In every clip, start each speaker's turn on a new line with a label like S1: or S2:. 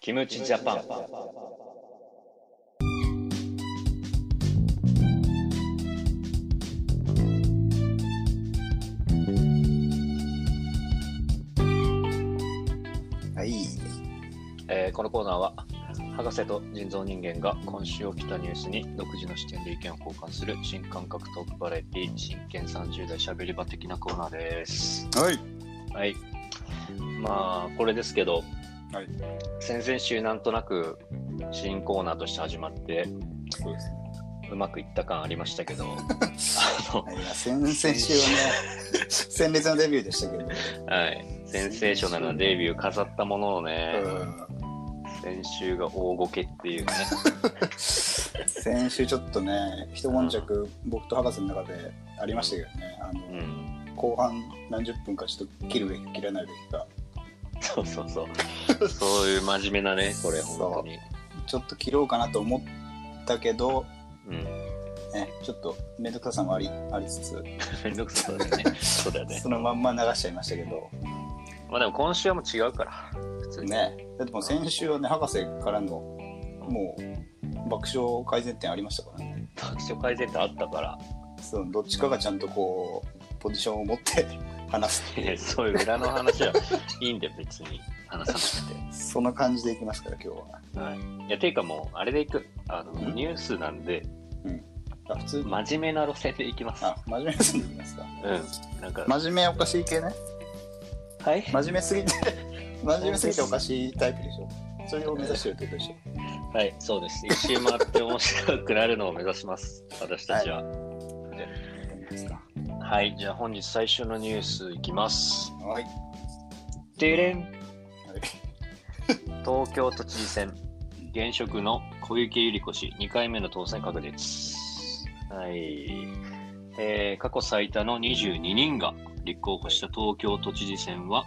S1: キムチジャパン。
S2: はい。
S1: えーこのコーナーは博士と人造人間が今週起きたニュースに独自の視点で意見を交換する新感覚トークバラエティ真剣30代しゃべり場的なコーナーです。
S2: はい。
S1: はい。まあこれですけど、
S2: はい
S1: 先々週なんとなく新コーナーとして始まって
S2: そうですね。
S1: うまくいった感ありましたけ どあの
S2: はい、まあ先々週はね、鮮烈なデビューでしたけど。
S1: はい、センセーショナルなデビュー飾ったものをね、
S2: うん
S1: 先週が大ごけっていうね、
S2: 先週ちょっとね、一悶着、僕と博士の中でありましたけどね、あ
S1: う
S2: の、
S1: ん、
S2: 後半何十分かちょっと切るべき、切らないべきか、
S1: そうそうそう、そういう真面目なね、これ、本当に。
S2: ちょっと切ろうかなと思ったけど、
S1: うん、
S2: ね、ちょっと面倒くささもありありつつ、
S1: めんどくさそうだよ ね。そうだよね。
S2: そのまんま流しちゃいましたけど、
S1: まあでも今週はもう違うから、普通に。
S2: ね、だってもう先週はね、博士からの、もう、爆笑改善点ありましたからね。
S1: 爆笑改善ってあったから、
S2: そのどっちかがちゃんとこうポジションを持って 話す
S1: いやそういう裏の話はいいんだよ、別に話さなく
S2: そんな感じでいきますから今日は
S1: て。はい、いや、ていうかもう、あれでいく、あの
S2: ん
S1: ニュースなんで、
S2: あ普通に、
S1: 真面目な路線でいきます。
S2: あ真面目なやつでいきますか
S1: うん、なんか、
S2: 真面目おかしい系ね
S1: はい
S2: 真面目すぎて 真面目すぎておかしいタイプでしょそれを目指してるってことでし
S1: はい、そうです。一周回って面白くなるのを目指します、私たちは。はい、
S2: ょ
S1: じゃあ本日最初のニュースいきます。
S2: はい
S1: てれん東京都知事選、現職の小池百合子氏、2回目の当選確実。はい。えー過去最多の22人が立候補した東京都知事選は、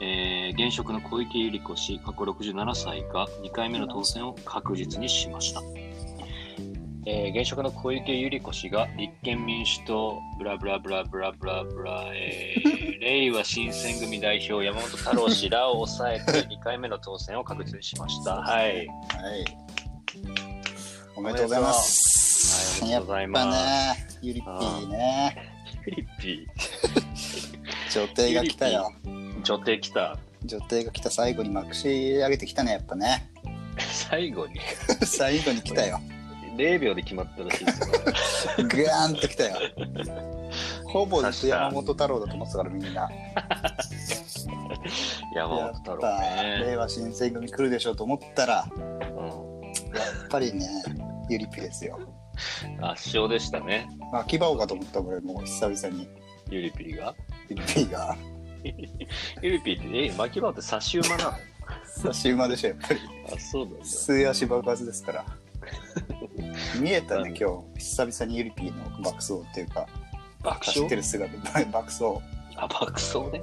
S1: えー現職の小池百合子氏、過去67歳が2回目の当選を確実にしました。えー現職の小池百合子氏が立憲民主党ブラブラブラブラブラブラ、えー、令和新選組代表山本太郎氏らを抑えて2回目 の当選を確実にしました。はい。
S2: はいおめでとうございます
S1: おめで
S2: や
S1: と
S2: っ
S1: うございます
S2: ぱねゆりっぴーね
S1: フィリピ
S2: 女帝が来たよ
S1: ン、女帝来た。
S2: 女帝が来た最後にまくし上げてきたねやっぱね
S1: 最後に、
S2: 最後に来たよ
S1: 0秒で決まったらしいですよ。
S2: グーンときたよ。ほぼずっと山本太郎だと思ってたからみんな。
S1: 山本太郎
S2: やっぱ
S1: ね。
S2: 令和新選組来るでしょうと思ったら、
S1: うん
S2: やっぱりね、ゆりぴですよ。
S1: 圧勝でしたね、
S2: 秋葉王かと思った俺もう久々に
S1: ゆりぴりが。
S2: ゆりぴが
S1: ゆりぴりって、え、巻き場って差し馬なの
S2: 差し馬でしょ、やっぱり。
S1: あ、そうなんだ。
S2: 末足爆発ですから。見えたね、今日。久々にゆりぴの爆走っていうか、
S1: 爆
S2: 走って
S1: 笑
S2: る姿、爆走。
S1: あ、爆走ね。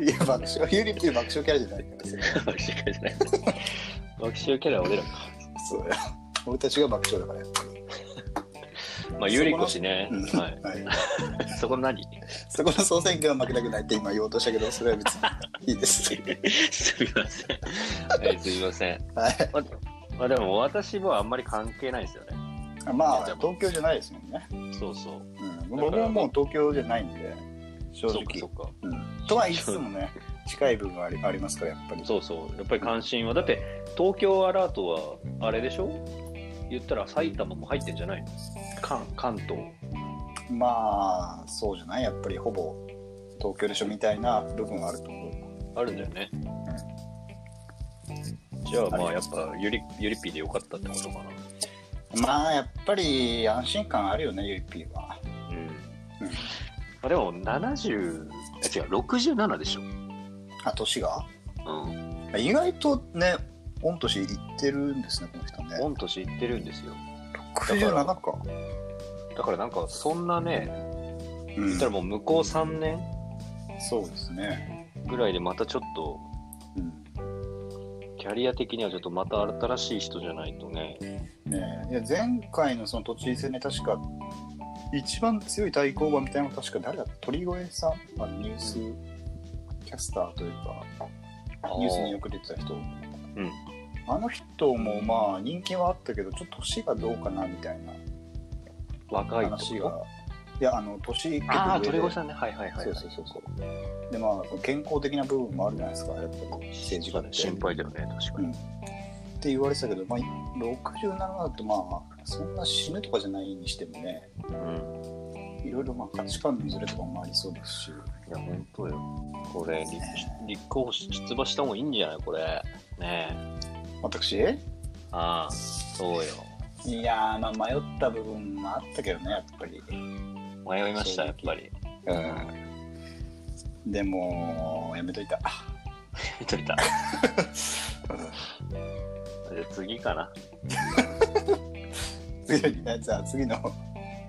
S2: いや、爆笑。ゆりぴ爆笑キャラじゃないから、 それ
S1: 爆笑キャラじゃない。爆笑キャラは俺らか。
S2: そうや。俺たちが爆笑だから、やっぱり。
S1: まあ、ゆりこしね。
S2: うん
S1: はい。
S2: はい
S1: そこ何
S2: そこの総選挙は負けたくないって今言おうとしたけど、それは別にいいで す。
S1: すみません。はい、すみません。
S2: はい。
S1: ま、まあ、でも私はあんまり関係ないですよね。
S2: まあ、東京じゃないですもんね。
S1: そうそう。
S2: うん、僕ももう東京じゃないんで、正
S1: そうか、そ
S2: 直。
S1: うか。
S2: うん、とは言いつつもね、近い部分はありありますから、やっぱり。
S1: そうそう。やっぱり関心は。だって、東京アラートは、あれでしょ言ったら埼玉も入ってんじゃないの関関東。
S2: まあ、そうじゃないやっぱりほぼ東京でしょみたいな部分はあると思う。
S1: あるんだよね。じゃあ、まあ、やっぱ、ゆり、ゆりぴーでよかったってことかな。
S2: まあ、やっぱり安心感あるよね、ゆりぴーは。
S1: うんまあ、でも70え違う67でしょ、
S2: あ、年が
S1: うん、
S2: 意外とね、御年いってるんですね、この人ね。
S1: 御年いってるんですよ
S2: 67か。
S1: だからなんかそんなね
S2: う
S1: 言ったらもう向こう3年
S2: そうですね。
S1: ぐらいでまたちょっと
S2: うん
S1: キャリア的にはちょっとまた新しい人じゃないとね
S2: ねえいや前回のその都知事選で確か一番強い対抗馬みたいなのが確か誰だ鳥越さんあのニュースキャスターというかニュースによく出てた人
S1: うん
S2: あの人もまあ人気はあったけどちょっと年がどうかなみたいな
S1: 若いって
S2: 話
S1: こ
S2: がいやあの年結構
S1: ああ、
S2: 上で
S1: 鳥越さんね。はいはいはい。
S2: そうそうそうそうでまあその健康的な部分もあるじゃないですかやっぱり政治家って
S1: 心配だよね、確かに。
S2: って言われてたけど、まあ、67だとまあそんな死ぬとかじゃないにしてもね
S1: うん。
S2: いろいろまあ価値観のずれとかもありそうですし
S1: いや、本当よ。これ、立立候補し、出馬した方がいいんじゃないこれ。ねえ。
S2: 私
S1: ああ、そうよ。
S2: いやーまあ迷った部分もあったけどねやっぱり
S1: 迷いました、やっぱり。
S2: うんでもやめといた
S1: 見とい た。で次かな。
S2: 次のじゃあ次の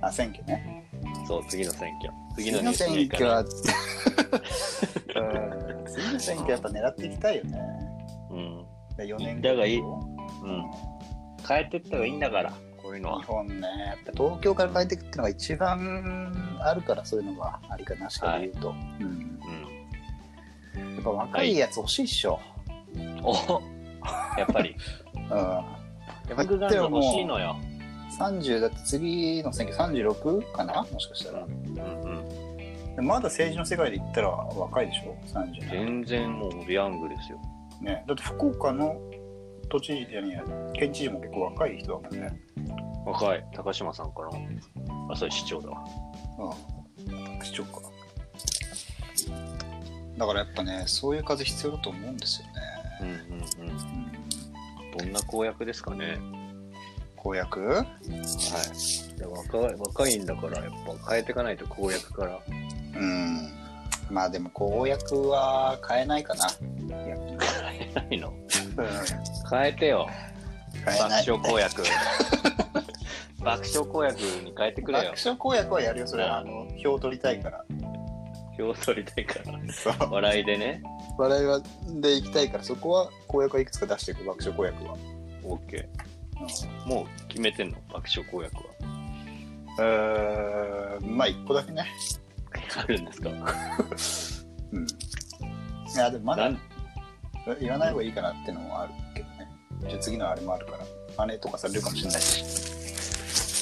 S2: あ選挙ね
S1: そう、次の選挙。次のニュース
S2: 次
S1: に
S2: の選
S1: 行くか
S2: 挙
S1: ら
S2: は うん次の選挙やっぱ狙っていきたいよね
S1: うん。
S2: 4年
S1: だからいい
S2: 後
S1: うん。変えてった方がいいんだから、こういうのは
S2: 日。本ねやっぱ東京から帰ってくっていうのが一番あるからそういうのがありかなしかで言うと、うん、
S1: うん。
S2: やっぱ若いやつ欲しいっしょ、
S1: おやっぱ り。
S2: うん
S1: 僕が
S2: だっても
S1: 欲
S2: う
S1: しいのよ。
S2: 30だって次の選挙36かなもしかしたら
S1: うんうん。
S2: まだ政治の世界で言ったら若いでしょ30
S1: 全然もうヤングですよ。
S2: ねだって福岡の都知事じゃねえや県知事も結構若い人だもんね
S1: 若い。高島さんかな。あ、それ市長だわ。
S2: うん市長かだからやっぱねそういう風必要だと思うんですよね、
S1: うんうんうん。
S2: うん、
S1: どんな公約ですかね。はい。
S2: 公約
S1: いや若い若いんだから、やっぱ変えていかないと公約から。
S2: うんまあでも公約は変えないかな変
S1: 変えないの変えてよ。
S2: え
S1: 爆
S2: ない
S1: 笑公約。 爆笑公約に変えてくれよ
S2: 爆。笑公約はやるよそれはあの票取りたいから
S1: 票取りたいから。
S2: そう
S1: 笑いでね。
S2: 笑いはで行きたいからそこは公約はいくつか出していく爆笑公約は、
S1: オッケー。もう決めてんの爆笑公約は。
S2: うーんまあ一個だけね
S1: あるんですか
S2: うんいやでもま
S1: な
S2: だ
S1: ん
S2: 言わない方がいいかなってのもあるけどねじゃあ次のあれもあるから姉とかされるかもしれないし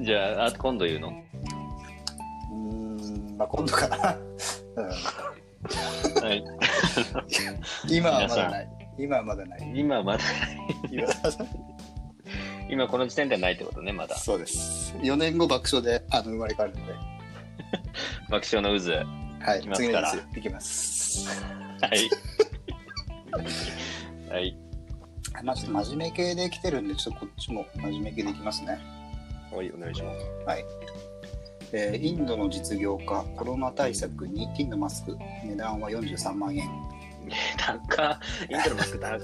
S1: じゃああ、今度言うの。
S2: うーんまあ今度かな、う
S1: はい
S2: ん、今はまだない今はまだない
S1: 今まだ、
S2: 今はまだない
S1: 今この時点ではないってことね、まだ。
S2: そうです。4年後爆笑であの生まれ変わるので、
S1: 爆笑の渦。
S2: はい、
S1: きますから
S2: 次のニュースいきます。
S1: はい。はい。
S2: まあ、ちょっと真面目系で来てるんで、ちょっとこっちも真面目系でいきますね。
S1: はい、お願いします。
S2: えーインドの実業家、コロナ対策に金のマスク、値段は43万円。
S1: 高っインドのマスク高っ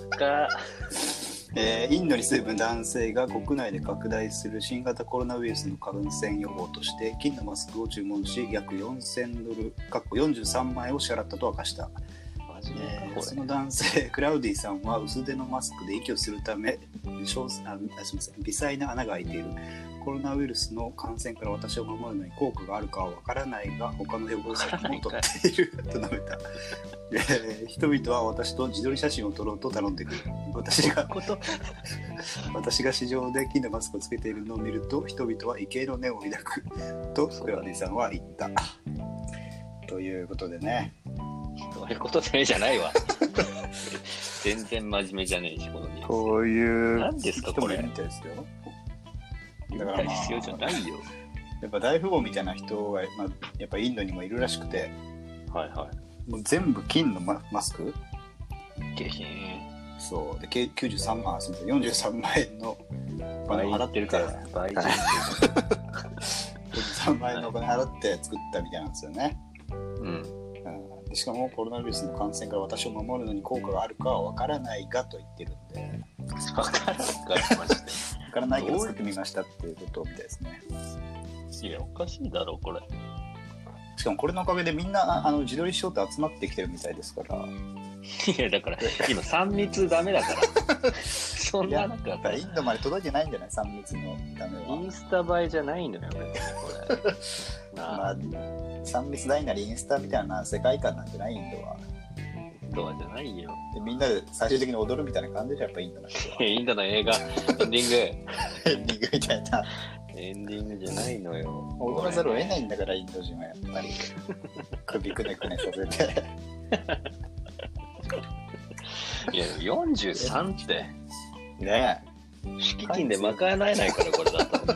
S2: えーインドに住む男性が国内で拡大する新型コロナウイルスの感染予防として金のマスクを注文し約4000ドルかっこ43万円を支払ったと明かした
S1: マジで
S2: えー
S1: こ
S2: その男性クラウディさんは薄手のマスクで息をするため小ああすみません微細な穴が開いているコロナウイルスの感染から私を守るのに効果があるかは分からないが他の予防策も取ってい ると述べた、えー人々は私と自撮り写真を撮ろうと頼んでくる私が
S1: れこと
S2: 私が市場で金のマスクをつけているのを見ると人々は畏敬の念を抱くとクラウディさんは言ったということでね
S1: そういうことでじゃないわ全然真面目じゃねえしこのニュー
S2: こういう
S1: 何ですかこれ
S2: 人もいるみたいですよ
S1: ス
S2: だからまあ
S1: 見た必要じゃないよ
S2: やっぱ大富豪みたいな人が、まあ、やっぱインドにもいるらしくて
S1: はいは
S2: もう全部金のママスク
S1: い下品
S2: そうでけ93万あすみません43万円のお金
S1: 倍
S2: を
S1: い
S2: 払
S1: ってる
S2: か
S1: からら倍
S2: はい43万円のお金払って作ったみたいなんですよね、
S1: うん
S2: うん、でしかもコロナウイルスの感染から私を守るのに効果があるかは分からないがと言ってるんで
S1: 分からんからマジ
S2: 分からないけど作ってみましたっていうことみたいですね
S1: でいやおかしいだろこれ
S2: しかもこれのおかげでみんなああの自撮りしようって集まってきてるみたいですから
S1: いやだから今3密ダメだから そんななんか
S2: やっぱりインドまで届いてないんじゃない3密のため
S1: イ
S2: は。
S1: ンスタ映えじゃないのよ別にこれなあ
S2: まあ、3密大なりインスタみたいな世界観なんじゃないインドは。
S1: とはじゃないよ。
S2: でみんなで最終的に踊るみたいな感じでやっぱいいんだな
S1: いいんだな、映画。エンディン
S2: エンディングみたいな
S1: グ。エンディングじゃないのよ。
S2: 踊らざるを得ないんだからインド人はやっぱり 首くねくねさせて
S1: いや、43って、
S2: ね
S1: 敷金で賄えないから、これだと。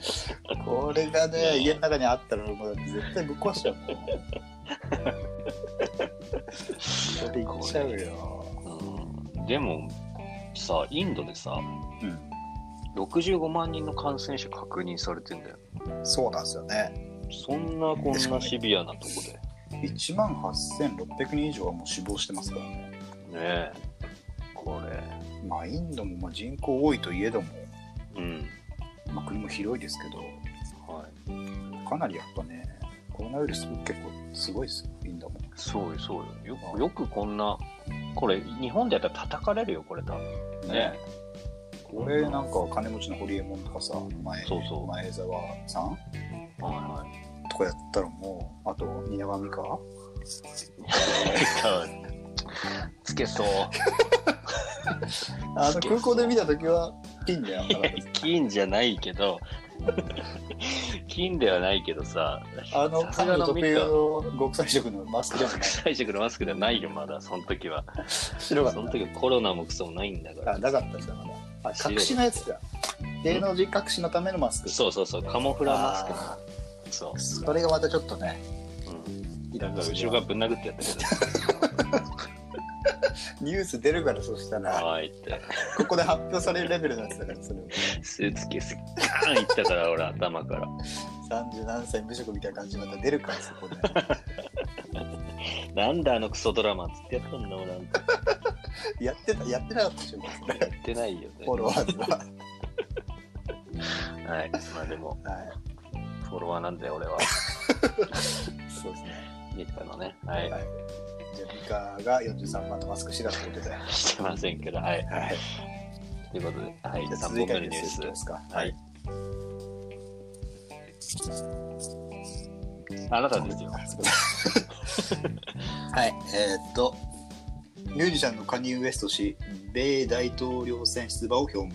S2: えこれがね家の中にあったらもう絶対ぶっ壊しちゃうもんそれいっちゃうよ
S1: うんでも、さ、インドでさ、
S2: ん
S1: 65万人の感染者確認されてんだよ。
S2: そうなんですよね
S1: そんなこんなシビアなとこで。
S2: 1万8600人以上はもう死亡してますからね
S1: ねえ。こ
S2: まあインドもまあ人口多いといえども、
S1: れ。うん。
S2: まあ、国も広いですけど
S1: はい。
S2: かなりやっぱねコロナウイルス結構すごいですよインドも
S1: そうよ、そうよ。よく、よくこんな、これ、日本でやったら叩かれるよ、これ多分。ね
S2: これなんか金持ちのホリエモンとかさ前
S1: そうそう
S2: 前澤さん
S1: は
S2: とかやったらもうあと蜷川美香
S1: いはい。 つけそう。
S2: あの空港で見た時はピンだよ
S1: 金じゃないけど、金ではないけどさ、
S2: あの
S1: さす
S2: 彼
S1: が
S2: 女
S1: の
S2: 特
S1: ミ
S2: 有
S1: カ
S2: の極彩色の マスクじゃない
S1: 国際色のマスクではないよ、まだ、その時は。
S2: 白か
S1: その
S2: っ
S1: 時はコロナもクソもないんだか
S2: たあ
S1: ら。
S2: なかったんだまだあ隠しのやつだ芸能人隠しのためのマスク
S1: そうそうそう、カモフラマスクの。そ
S2: スクそれがまたちょっとね
S1: う。うん。
S2: い
S1: だ
S2: ろい
S1: から
S2: ろ
S1: 後ろがぶん殴ってやったけ
S2: ニュース出るからそした
S1: ど、
S2: ら
S1: はいって。
S2: ここで発表されるレベルのやつだからそれを
S1: スーツケース、ガーンいったから、ほら、頭から。
S2: 30何歳無職みたいな感じにまた出るからそこで
S1: なんだ、あのクソドラマっつってやったんだ、俺なんか。
S2: やってたやってなかったでしょ
S1: やってないよね。
S2: フォロワーズは
S1: はい。まあでも、
S2: はい
S1: フォロワーなんで、 俺は。
S2: そうですね
S1: 見たのね。はい。
S2: はいじゃあミカが43万のマスクしてたってことで、はい、
S1: してませんけど、はい。ということで、はい。
S2: じ
S1: 3
S2: ゃあ続
S1: 本目
S2: いての
S1: のニ
S2: ニュ
S1: ュ
S2: ースいき
S1: ー
S2: ま
S1: ス。
S2: すか
S1: はい。あなたですよ。
S2: あすい ませんはいえーっとミュージシャンのカニウエスト氏米大統領選出馬を表明ミ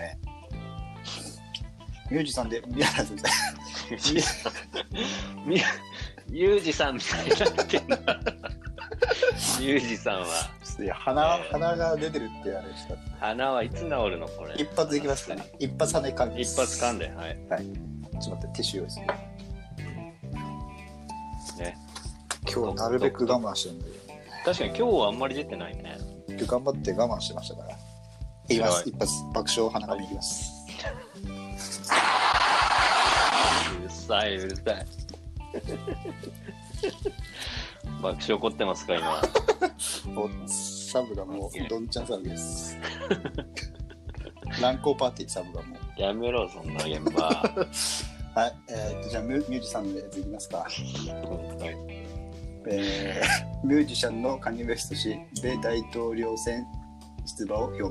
S2: ュージシャンでいやすいま
S1: みゆうじさんみたいになってんだ。ゆうじさんは、
S2: せんいや鼻鼻が出てるってあれした
S1: 鼻はいつ治るのこれ。
S2: 一発いきますかね一発鼻か
S1: 一発噛んで、はい。
S2: ちょっと待ってティッシュ用意する
S1: ね。
S2: 今日なるべく我慢してるんだ
S1: 確かに今日はあんまり出てないね。
S2: けど今日頑張って我慢してましたからいきます一発爆笑鼻紙いきます
S1: うるさい、うるさい。爆笑怒ってますか、今。
S2: おサブがもうどんちゃん騒 ぎです。乱行パーティーサブがもう。
S1: やめろ、そんな現場。は
S2: はい、えーっとじゃあミュミュージシャンのやついきますか。
S1: い
S2: えーミュージシャンのカニウエスト氏、米大統領選出馬を表明。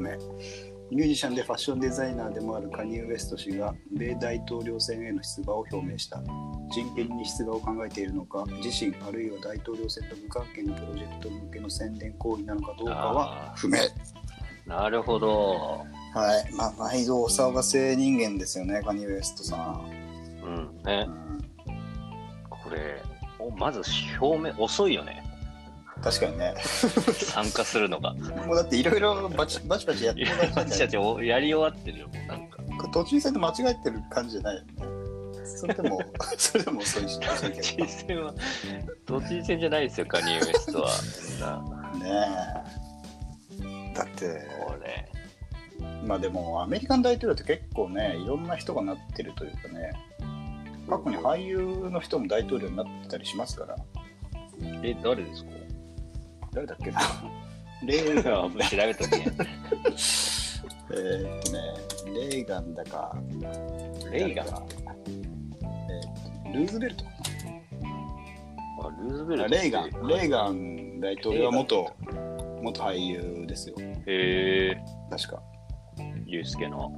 S2: ミュージシャンでファッションデザイナーでもあるカニウエスト氏が米大統領選への出馬を表明した。人権に出馬を考えているのか、自身あるいは大統領選と無関係のプロジェクト向けの宣伝行為なのかどうかは不明。
S1: なるほど。
S2: はい、まあ、毎度お騒がせ人間ですよね、カニウエストさん。
S1: うん、ね
S2: う。ん、
S1: これ、おまず表明遅いよね。
S2: 確かにね、
S1: 参加するのが。
S2: もうだっていろいろバチバチバチやって
S1: い
S2: る
S1: や
S2: 感じ
S1: 私
S2: じゃ
S1: たちおやり終わってるよ、もうなんか。
S2: ない途中戦で間違えてる感じじゃないよね。それで も、それでも遅いし、遅いけ
S1: 都知事選は、都知事選じゃないですよ、カニエ・ウエストは。
S2: どねえ。だって、
S1: みんなこれ。
S2: まあでも、アメリカン大統領って結構ね、いろんな人がなってるというかね、過去に俳優の人も大統領になってたりしますから、
S1: え、誰ですか
S2: 誰だっけ な。レーガン、
S1: 調べとけ。
S2: えーっとね、レーガンだか、
S1: レイガン
S2: 誰。かえーっとルーズベルト
S1: あルーズベル
S2: あ
S1: ト。
S2: レーガン、レーガン大統領は元元俳優ですよ、
S1: へえ、
S2: 確か。
S1: ユースケの。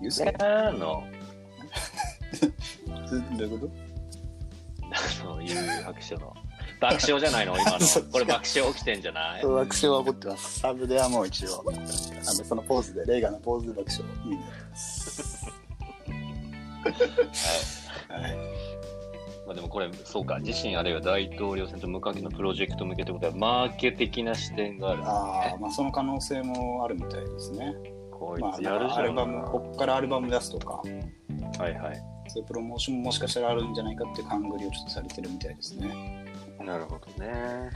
S2: ユースケ
S1: ねーの、
S2: どういうこ
S1: あの、有白書の。爆笑じゃないの今の
S2: そっちか
S1: これ爆笑起きてんじゃない
S2: 爆笑は起こってます。サブではもう一応、あのそのポーズで、レーガンのポーズで爆笑みんなやってます。はい。
S1: まあでもこれそうか自身あるいは大統領選と無関係のプロジェクト向けってことはマーケ的な視点がある
S2: ああ、まあその可能性もあるみたいですね。
S1: こ
S2: ま
S1: い
S2: あ
S1: つやるじ
S2: ア
S1: ゃ
S2: ル
S1: ん、
S2: バム、こっからアルバム出すとか、
S1: はいはい
S2: そういうプロモーションももしかしたらあるんじゃないかっていう勘繰りをちょっとされてるみたいですね。
S1: なるほどね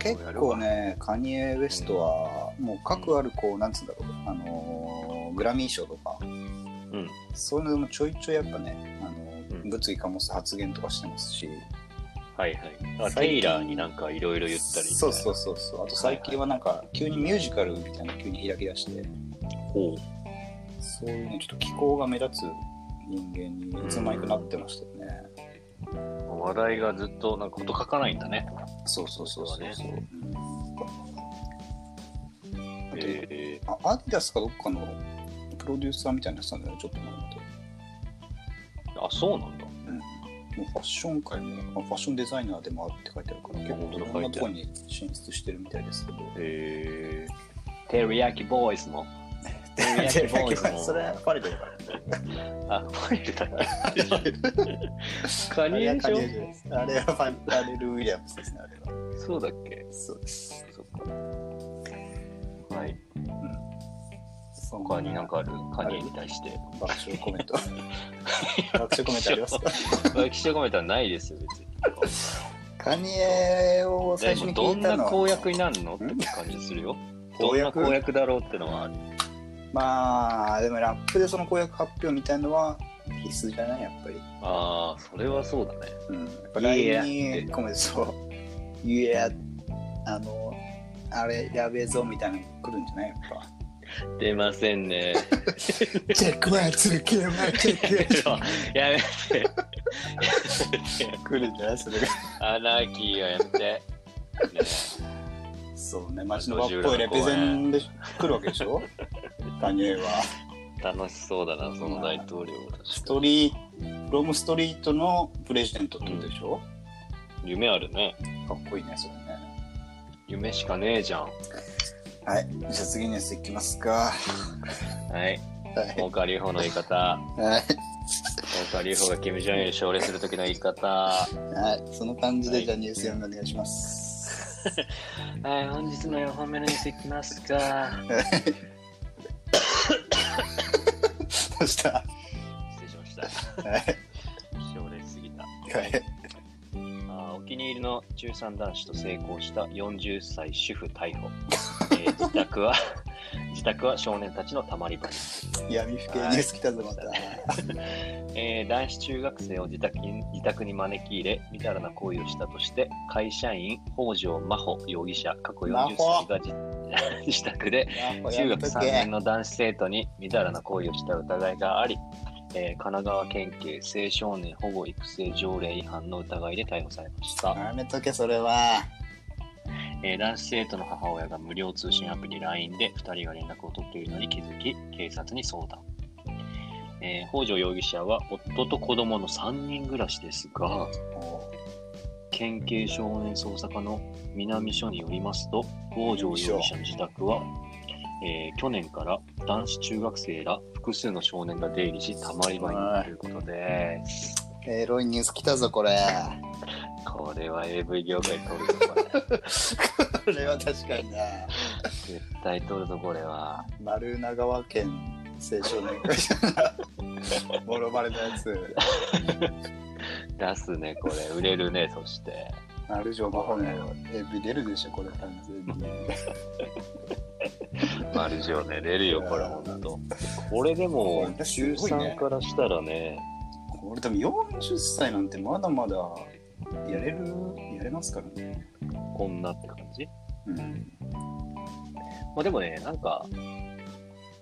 S2: 結構ねカニエ・ウェストはもう各あるこうなんつうんだろうあのーグラミー賞とか、
S1: ん
S2: そういうのもちょいちょいやっぱね、あのー
S1: うん
S2: 物議かもす発言とかしてますし
S1: はいはいあ
S2: 最近
S1: テイラーになんかいろいろ言ったり
S2: そうそううそうそうあと最近はなんか急にミュージカルみたいなの急に開き出して
S1: ほう
S2: そういうのちょっと気候が目立つ人間にいつの間にかなってましたよね、
S1: 話題がずっとなんかこと書かないんだね
S2: そうそうそうそうそう、うんあと
S1: え
S2: あアディダスかどっかのプロデューサーみたいな人なんだよねちょっと前まで
S1: ー、あそうなんだ
S2: もうファッション界もあファッションデザイナーでもあるって書いてあるから結構いろんなとこに進出してるみたいです けど
S1: えー、テリヤキボーイズも テリヤキ ボーイズも
S2: それはバレてるから
S1: あバレてた カ
S2: あ
S1: ニ
S2: れ
S1: エ
S2: は
S1: でし
S2: カニエ
S1: ょ
S2: じゃないですあれはファンアレル・ウィリアムスですねあれは
S1: そうだっけ
S2: そうです
S1: そっかはい
S2: そ
S1: 他になんかあるカニエに対して
S2: 爆笑コメント爆笑コメントありますか
S1: 浮気してコメントはないですよ別に
S2: カニエを最初
S1: でも
S2: に
S1: ど
S2: 聞
S1: ん
S2: いた
S1: な
S2: のは
S1: 公約になるのって
S2: ん
S1: 感じするよど
S2: 公
S1: んな
S2: 約
S1: 公約だろうってのはある
S2: まあでもラップでその公約発表みたいのは必須じゃないやっぱり
S1: ああそれはそうだね
S2: うん、LINE にコメントそう「いやあのあれやべえぞ」みたいなの来るんじゃないやっぱ
S1: 出ません ね
S2: 「 チェックマイツーキルマイチェックマイ
S1: そうやめて」
S2: 来るんじゃないそれが
S1: アナーキーはやめて、ね
S2: そうね街の場っぽいレペゼンで来るわけでし ょカニエは
S1: 楽しそうだなその大統領確か
S2: ストリーロムストリートのプレジデントってことでしょ、
S1: に夢あるね
S2: かっこいいねそれね
S1: 夢しかねえじゃん
S2: はいじゃあ次のやついきますか
S1: はい
S2: はい
S1: 大川隆法の言い方
S2: はい
S1: 大川隆法がキム・ジョンイルに奨励する時の言い方
S2: はいその感じでじゃあニュース読みお願いします
S1: はい、本日の4本目のニュースいきますか。
S2: どうした
S1: 失礼しました。
S2: はい
S1: 省令すぎた。
S2: はい
S1: あーお気に入りの中3男子と成功した40歳主婦逮捕。えー自宅は自宅は少年たちのたまり場、
S2: 闇深いニュース来たぞ また、
S1: えー男子中学生を自宅に自宅に招き入れみだらな行為をしたとして会社員北条真帆容疑者過去40歳が自 自宅で中学3年の男子生徒にみだらな行為をした疑いがあり、えー神奈川県警青少年保護育成条例違反の疑いで逮捕されました、
S2: やめとけそれは
S1: えー男子生徒の母親が無料通信アプリ LINE で2人が連絡を取っているのに気づき警察に相談、えー北条容疑者は夫と子供の3人暮らしですが県警少年捜査課の南署によりますと、北条容疑者の自宅は、えー去年から男子中学生ら複数の少年が出入りしたまり場になるということで、
S2: エロいニュース来たぞ これ
S1: これは AV 業界取るぞ、これ。
S2: これは確かにな
S1: 絶対取るぞ、これは。
S2: 丸長川県青少年会社 のボロバレのやつ
S1: 出すね、これ。売れるね、そして。
S2: 丸城魔法のエビ出るでしょこれ完全に
S1: マルジオね、出るよ、これ、ほんと。これでも
S2: こ、れす
S1: 中
S2: ごい
S1: 3
S2: ね
S1: からしたらね、
S2: これ多分40歳なんてまだまだやれるやれますからね
S1: こんなって感じ
S2: うん
S1: まあ、でもね、なんか、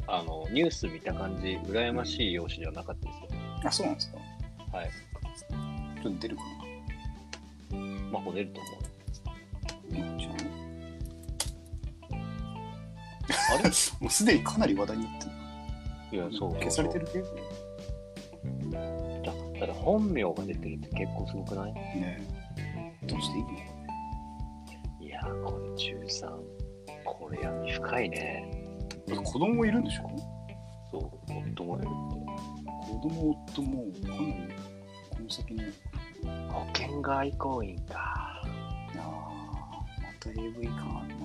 S1: あの、ニュース見た感じ、羨ましい容姿ではなかったですよ。
S2: あそうなんですか
S1: はい。
S2: ちょっと出るか
S1: まあ、これると思う。
S2: なうん違う
S1: あれ
S2: もうすでにかなり話題になってる
S1: いや、そうそう
S2: 消されて
S1: る。
S2: る系
S1: だだから本名が出てるって結構すごくない
S2: ねえどうしていいの
S1: やー、昆虫さん、これ闇深いね。
S2: 子供いるんでしょ
S1: そう、ほんとも
S2: 子供夫もかなりこの先に
S1: 保険が愛好員か。
S2: あーまた AV 感ある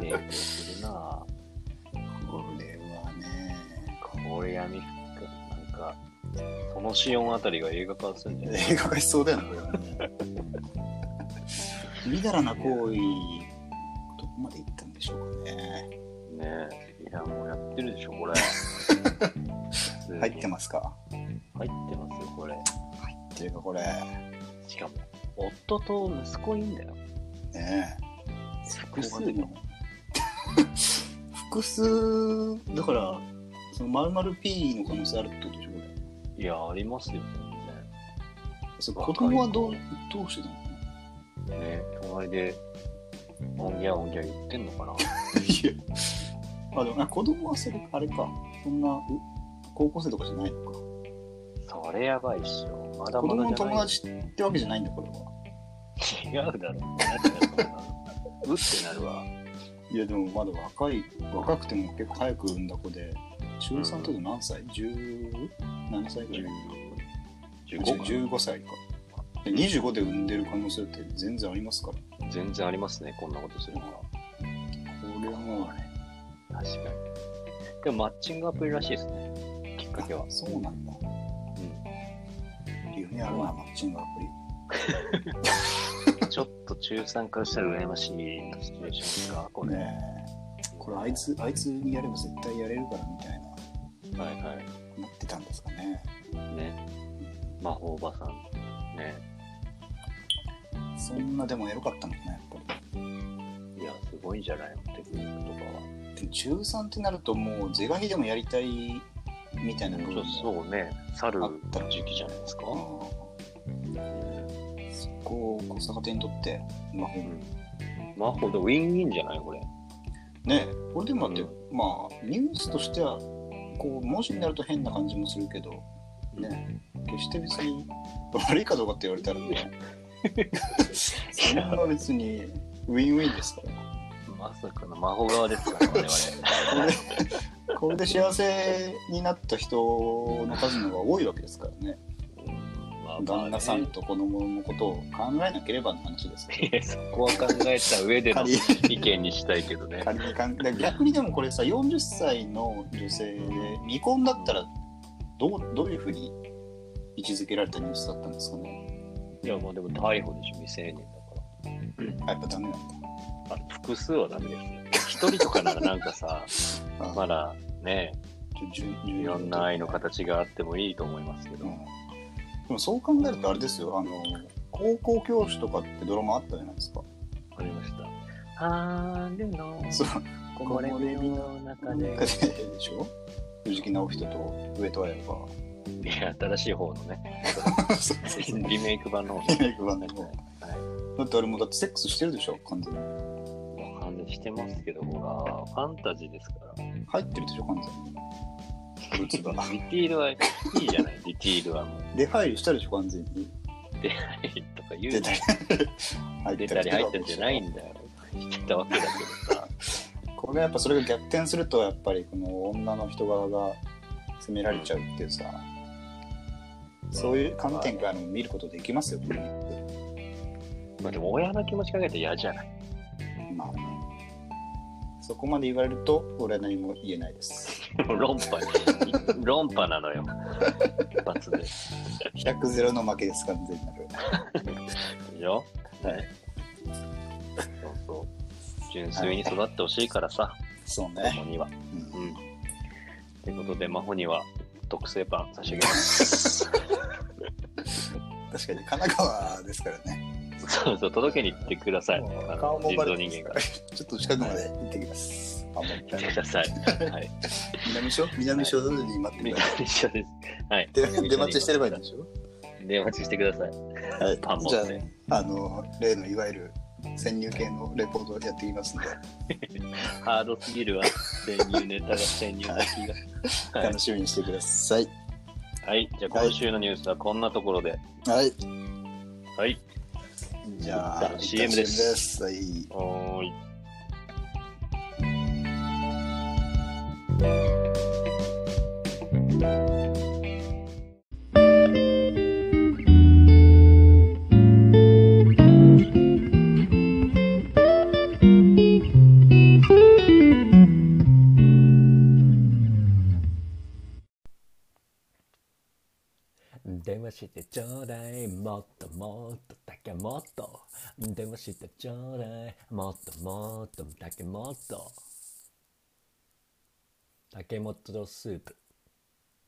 S1: ねえ、するな。
S2: これはね
S1: これ闇深い。なんか、そのシオンあたりが映画化するんじゃない
S2: 映画化しそうだよねこれはね みだらな行為どこまで行ったんでしょうかね
S1: ねえ。いや、もうやってるでしょ、これ。
S2: 入って
S1: ま
S2: ますか
S1: す。入ってますよ、これ。
S2: っていうかこれね
S1: しかも、夫と息子いいんだよ。
S2: え
S1: 複数の。
S2: 複数だからその丸々 P の可能性あるってことでしょこれ
S1: いや、ありますよ、
S2: そう子供はどうどうしてたのかな
S1: 全然。ね隣で、おんぎゃおんぎゃ言ってんのかな。
S2: いや、あ、でもな子供はそれ、あれか、そんな、う高校生とかじゃないのか。
S1: それやばいっしょ。まだ
S2: 子供
S1: ま
S2: の
S1: だじゃ
S2: 友
S1: ない。
S2: 達ってわけじゃないんだ、これは。
S1: 違うだろ。なんだろ うなうってなるわ。
S2: いや、でもまだ若い、若くても結構早く産んだ子で、中3とか何歳 ?17 歳ぐらいあ違う
S1: 15?
S2: 15歳か。で25で産んでる可能性って全然ありますから。こ
S1: 全然ありますね、こんなことするのは。
S2: れはもうね、
S1: 確かに。でもマッチングアプリらしいですね、きっかけは。
S2: そうなんだ。
S1: う
S2: 理由にあるな、マッチングアプリ。
S1: ん、ちょっと中3からしたら羨ましいシチュエーションですか、こ
S2: こ
S1: れ。
S2: れ、これあいつ、あいつにやれば絶対やれるからみたいな、
S1: はいはい。
S2: 思ってたんですかね。
S1: ね。魔法おばさん。ね。
S2: そんなでもエロかったのかな、やっぱり。
S1: いや、すごいんじゃないのテクニックとかは。
S2: でも中3ってなるともう是が非でもやりたいみたいな部分も
S1: そうね、去る時期じゃないですか。
S2: うんそこをこう逆手にとって魔法
S1: うん魔法でウィンウィンじゃないこれ。
S2: ねこれでもだって、
S1: う
S2: まあニュースとしてはこう文字になると変な感じもするけどね決して別に悪いかどうかって言われたらねそんな別にウィンウィンですから
S1: まさかの魔法側ですから、我々。
S2: これこれで幸せになった人の数の方が多いわけですからね
S1: まあ
S2: 旦那さん
S1: い
S2: と子供のことを考えなければの話ですけ
S1: や、そこは考えた上で
S2: ど
S1: の
S2: 仮に
S1: 意見にしたいけどね。
S2: 仮に考えだ から逆にでもこれさ40歳の女性で未婚だったらどうどういうふうに位置づけられたニュースだったんですかね
S1: いや、まあでも逮捕でしょ、未成年だから。
S2: あやっぱダメなんだ
S1: あ複数はダメですよ。一人とかならなんかさ、
S2: あ
S1: まだね、
S2: じゅ
S1: い
S2: じゅ
S1: ろんな愛の形があってもいいと思いますけ
S2: う
S1: ど。
S2: んでもそう考えるとあれですよあの高校教師とかってドラマあったじゃないですか
S1: わかりました。春の
S2: そう
S1: 木漏れ日の中
S2: なん
S1: で
S2: か。でしょ 藤木直人と上戸 彩が
S1: いや、新しい方のね、
S2: そうそうそう
S1: リメイク版の方
S2: リ
S1: ね。
S2: メイク版の方
S1: は
S2: だってあれもうだってセックスしてるでしょ完全に
S1: い。もう完全してますけど、ほら、ファンタジーですから。
S2: 入ってるでしょ完全に
S1: デ
S2: 物が
S1: ィティールはいいじゃない、ディティールはもう。
S2: 出入りしたでしょ完全に
S1: 出ないとか言
S2: 出
S1: う
S2: た
S1: な
S2: り入
S1: 出たり入ったりじゃない
S2: だ
S1: んだよ。言ってたわけだけどさ。
S2: これやっぱそれが逆転するとやっぱりこの女の人側が責められちゃうっていうさ、そういう観点からも見ることできますよ、ね、
S1: まあでも、親の気持ち考えたら嫌じゃない。
S2: まあねそこまで言われると俺は何も言えないです
S1: 論破、論破なのよ。一発で。で
S2: 100ゼロの負けです完全なる
S1: しょ
S2: はい。
S1: そうそう。純粋に育ってほしいからさ、
S2: そう
S1: 子
S2: ね、
S1: 供には。
S2: うん
S1: うん。ということで、真帆には特製パン差し上げ ます。
S2: 確かに神奈川ですからね
S1: そうそう、届けに行ってください。
S2: もう
S1: あの
S2: 顔も
S1: 人
S2: バ
S1: 造
S2: レてま
S1: 人間か
S2: すか
S1: ら
S2: ちょっと近くまで行ってきます、あもう
S1: ら。来てください。 はい。
S2: 南署南署に待って
S1: みん
S2: く
S1: な
S2: ださ
S1: 一緒です。はい。
S2: い。 で出待ちしてればいいんでしょ
S1: 電話してください。
S2: はい
S1: パン持
S2: じゃ
S1: って。
S2: あ、あの、例のいわゆる潜入系のレポートをやってきますので、
S1: ハードすぎるわ。潜入ネタが潜入先が。はい
S2: 楽しみにしてください。
S1: はい。じゃあ今週のニュースはこんなところで。
S2: はい。
S1: はい。
S3: じゃ
S1: 一
S3: あ。
S1: 旦 CM です
S3: はい
S1: はーい。
S4: 電話してちょうだいもっともっとだけもっと電話してちょうだいもっともっとだけもっと竹本スープ